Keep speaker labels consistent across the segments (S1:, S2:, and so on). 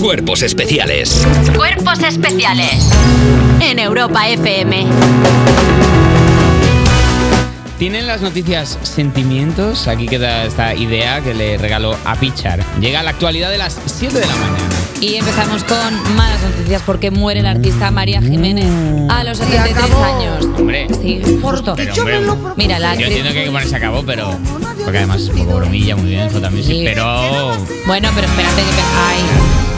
S1: Cuerpos especiales.
S2: Cuerpos especiales. En Europa FM.
S3: Tienen las noticias sentimientos. Aquí queda esta idea que le regaló a Pichar. Llega a la actualidad de las 7 de la mañana.
S4: Y empezamos con malas noticias porque muere la artista María Jiménez a los 73
S5: acabó.
S4: años.
S3: Hombre.
S4: Sí, justo.
S3: Pero, hombre,
S4: Mira, la
S3: yo
S4: actriz.
S3: entiendo que hay que ponerse a cabo, pero. Porque además es un poco bromilla, muy bien, eso también sí.
S4: Sí.
S3: Pero.
S4: Bueno, pero espérate que... Ay.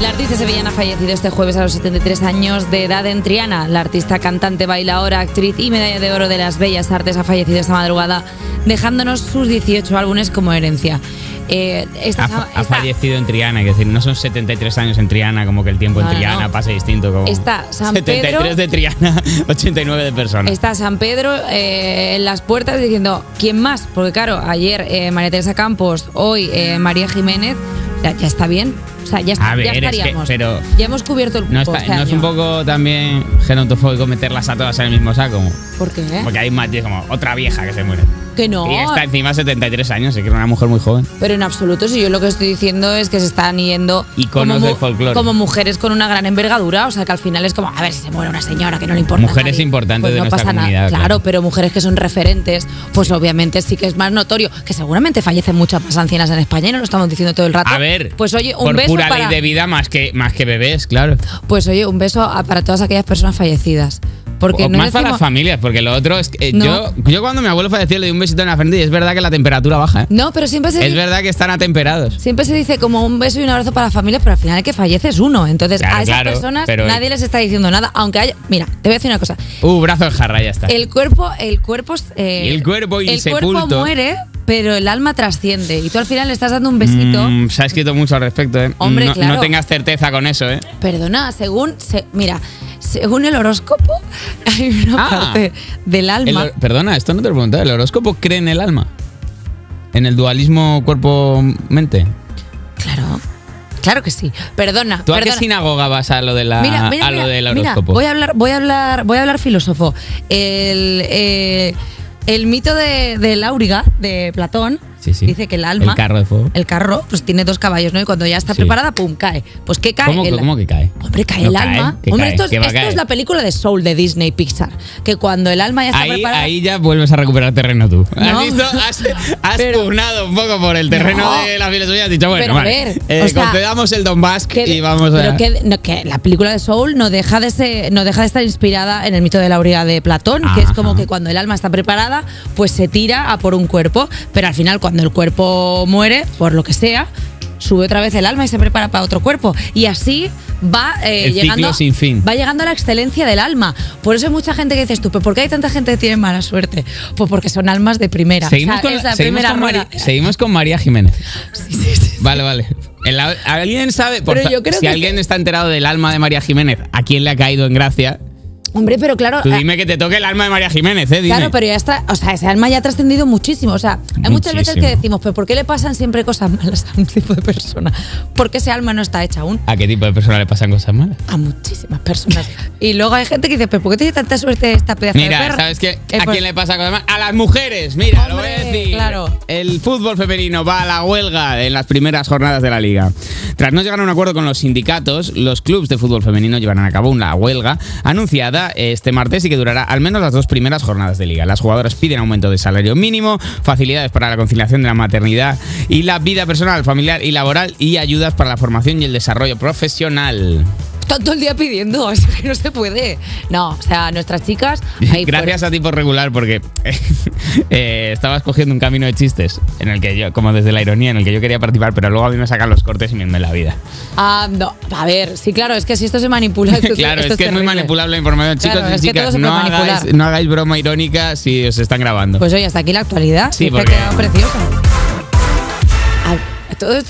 S4: La artista sevillana ha fallecido este jueves a los 73 años de edad en Triana. La artista, cantante, bailaora, actriz y medalla de oro de las bellas artes ha fallecido esta madrugada, dejándonos sus 18 álbumes como herencia. Eh, esta
S3: Ha,
S4: chava-
S3: ha
S4: esta-
S3: fallecido en Triana, es decir, no son 73 años en Triana, como que el tiempo en
S4: No, no,
S3: Triana
S4: no.
S3: pasa distinto. Como
S4: Está San
S3: 73
S4: Pedro.
S3: de Triana, 89 de personas.
S4: Está San Pedro eh, en las puertas diciendo, ¿quién más? Porque claro, ayer eh, María Teresa Campos, hoy eh, María Jiménez, ya, ya está bien. O sea, ya, está-
S3: A ver,
S4: ya
S3: es que-
S4: estaríamos.
S3: pero-
S4: ya hemos cubierto el cupo
S3: No, está-
S4: este
S3: no es
S4: año.
S3: un poco también genontofóbico meterlas a todas en el mismo saco. Como-
S4: ¿Por qué?
S3: Porque hay más, tío, como otra vieja que se muere.
S4: Que ¿Eh? no.
S3: Y está encima 73 años, se que era una mujer muy joven.
S4: Pero en absoluto, si yo lo que estoy diciendo es que se están yendo
S3: Iconos
S4: como, mu-
S3: del folclore.
S4: como mujeres con una gran envergadura, o sea que al final es como, a ver si se muere una señora que no le importa. a
S3: Mujeres
S4: nadie,
S3: importantes
S4: pues
S3: de
S4: no
S3: nuestra
S4: pasa nada.
S3: comunidad,
S4: Claro,
S3: claro.
S4: pero mujeres que son referentes, pues obviamente sí que es más notorio, que seguramente fallecen muchas más ancianas en España y no lo estamos diciendo todo el rato.
S3: A ver,
S4: pues oye, un
S3: por
S4: beso
S3: pura
S4: para,
S3: ley de vida más que, más que bebés, claro.
S4: pues oye, un beso a- para todas aquellas personas fallecidas, porque
S3: O
S4: no
S3: más
S4: es
S3: para
S4: decimo-
S3: las familias, porque lo otro es que eh,
S4: No.
S3: yo, yo cuando mi abuelo falleció le di un besito en la frente y es verdad que la temperatura baja. ¿eh?
S4: No, pero siempre se
S3: Es verdad que están atemperados.
S4: Siempre se dice como un beso y un abrazo para la familia, pero al final el que fallece es uno. Entonces
S3: Claro,
S4: a esas
S3: claro,
S4: personas
S3: pero-
S4: nadie les está diciendo nada, aunque haya... Mira, te voy a decir una cosa.
S3: Uh, brazo de jarra, ya está.
S4: El cuerpo, el cuerpo... eh,
S3: Y el cuerpo
S4: El cuerpo
S3: insepulto.
S4: muere, pero el alma trasciende. Y tú al final le estás dando un besito.
S3: Mm, se ha escrito mucho al respecto, ¿eh?
S4: Hombre,
S3: no,
S4: claro.
S3: no tengas certeza con eso, ¿eh?
S4: Perdona, según... se- mira, según el horóscopo, hay una
S3: Ah.
S4: parte del
S3: El
S4: alma...
S3: hor- perdona, esto no te lo he preguntado. ¿El horóscopo cree en el alma? ¿En el dualismo cuerpo-mente?
S4: Claro, claro que sí. Perdona,
S3: ¿Tú a
S4: perdona.
S3: qué sinagoga vas a lo, de la,
S4: Mira, mira,
S3: a Ah, lo
S4: mira,
S3: del
S4: mira,
S3: horóscopo?
S4: voy a hablar, voy a hablar, voy a hablar filósofo. El, eh, el mito de, de Láuriga, de Platón,
S3: Sí, sí.
S4: dice que el alma.
S3: El carro de fuego.
S4: el carro, pues tiene dos caballos, ¿no? Y cuando ya está
S3: Sí.
S4: preparada, pum, cae. Pues ¿qué cae?
S3: ¿Cómo,
S4: El-
S3: cómo que cae?
S4: Hombre, cae
S3: No
S4: el
S3: cae,
S4: alma.
S3: que
S4: Hombre,
S3: cae,
S4: esto, es,
S3: que va a
S4: esto
S3: caer.
S4: es la película de Soul de Disney Pixar. Que cuando el alma ya está
S3: Ahí,
S4: preparada.
S3: ahí ya vuelves a recuperar terreno tú.
S4: No.
S3: Has, visto, has, has
S4: Pero-
S3: pugnado un poco por el terreno
S4: No.
S3: de la filosofía. Has dicho, bueno,
S4: Pero a
S3: vale,
S4: ver,
S3: eh,
S4: o sea,
S3: concedamos el Don Basque
S4: que-
S3: y vamos
S4: pero
S3: a...
S4: que, no, que la película de Soul no deja de ser- no deja de estar inspirada en el mito de la auriga de Platón, que es
S3: Ajá.
S4: como que cuando el alma está preparada, pues se tira a por un cuerpo, pero al final cuando el cuerpo muere, por lo que sea, sube otra vez el alma y se prepara para otro cuerpo y así va eh,
S3: El ciclo
S4: llegando
S3: sin fin.
S4: va llegando a la excelencia del alma. Por eso hay mucha gente que dice, "Tú, ¿pero ¿por qué hay tanta gente que tiene mala suerte?" Pues porque son almas de primera,
S3: Seguimos,
S4: O sea,
S3: con,
S4: es la
S3: seguimos
S4: primera
S3: con Mari-
S4: rueda.
S3: seguimos con María Jiménez.
S4: Sí, sí, sí.
S3: Vale, vale. El- alguien sabe, por
S4: Pero
S3: fa-
S4: yo creo
S3: si
S4: que-
S3: alguien está enterado del alma de María Jiménez, ¿a quién le ha caído en gracia?
S4: Hombre, pero claro,
S3: Tú
S4: ah,
S3: dime que te toque el alma de María Jiménez, ¿eh? Dime.
S4: Claro, pero ya está, o sea, ese alma ya ha trascendido muchísimo. O sea, hay muchas veces
S3: Muchísimo.
S4: que decimos, pero ¿por qué le pasan siempre cosas malas a un tipo de persona? Porque ese alma no está hecha aún
S3: ¿A qué tipo de persona le pasan cosas malas?
S4: a muchísimas personas. y luego hay gente que dice, pero ¿por qué tiene tanta suerte esta pedazo de
S3: Mira,
S4: perra?
S3: ¿sabes qué?
S4: Eh,
S3: ¿A
S4: pues,
S3: quién le pasa cosas malas? A las mujeres, mira, lo voy a
S4: Hombre,
S3: decir.
S4: claro.
S3: El fútbol femenino va a la huelga en las primeras jornadas de la liga. Tras no llegar a un acuerdo con los sindicatos, los clubes de fútbol femenino llevarán a cabo una huelga anunciada este martes y que durará al menos las dos primeras jornadas de liga. Las jugadoras piden aumento de salario mínimo, facilidades para la conciliación de la maternidad y la vida personal, familiar y laboral y ayudas para la formación y el desarrollo profesional.
S4: Están todo el día pidiendo, es que no se puede. No, o sea, nuestras chicas... ahí
S3: Gracias a ti por regular, porque eh, estabas cogiendo un camino de chistes en el que yo, como desde la ironía, en el que yo quería participar, pero luego a mí me sacan los cortes y me hunde la vida.
S4: fuera. Ah, no, a ver, sí, claro, es que si esto se manipula... esto-
S3: claro,
S4: esto
S3: es que es muy
S4: terrible.
S3: manipulable la información, chicos
S4: Claro,
S3: y
S4: es que todo
S3: chicas.
S4: se
S3: No
S4: puede manipular.
S3: hagáis, no hagáis broma irónica si os están grabando.
S4: Pues oye, hasta aquí la actualidad.
S3: Sí,
S4: Sí,
S3: porque-
S4: ha quedado precioso. Ah, Todo esto